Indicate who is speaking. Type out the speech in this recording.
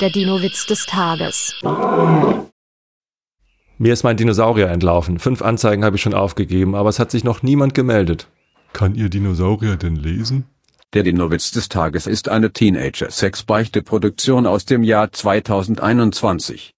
Speaker 1: Der Dino-Witz des Tages.
Speaker 2: Mir ist mein Dinosaurier entlaufen. Fünf Anzeigen habe ich schon aufgegeben, aber es hat sich noch niemand gemeldet.
Speaker 3: Kann Ihr Dinosaurier denn lesen?
Speaker 4: Der Dinowitz des Tages ist eine Teenager-Sex-Beichte-Produktion aus dem Jahr 2021.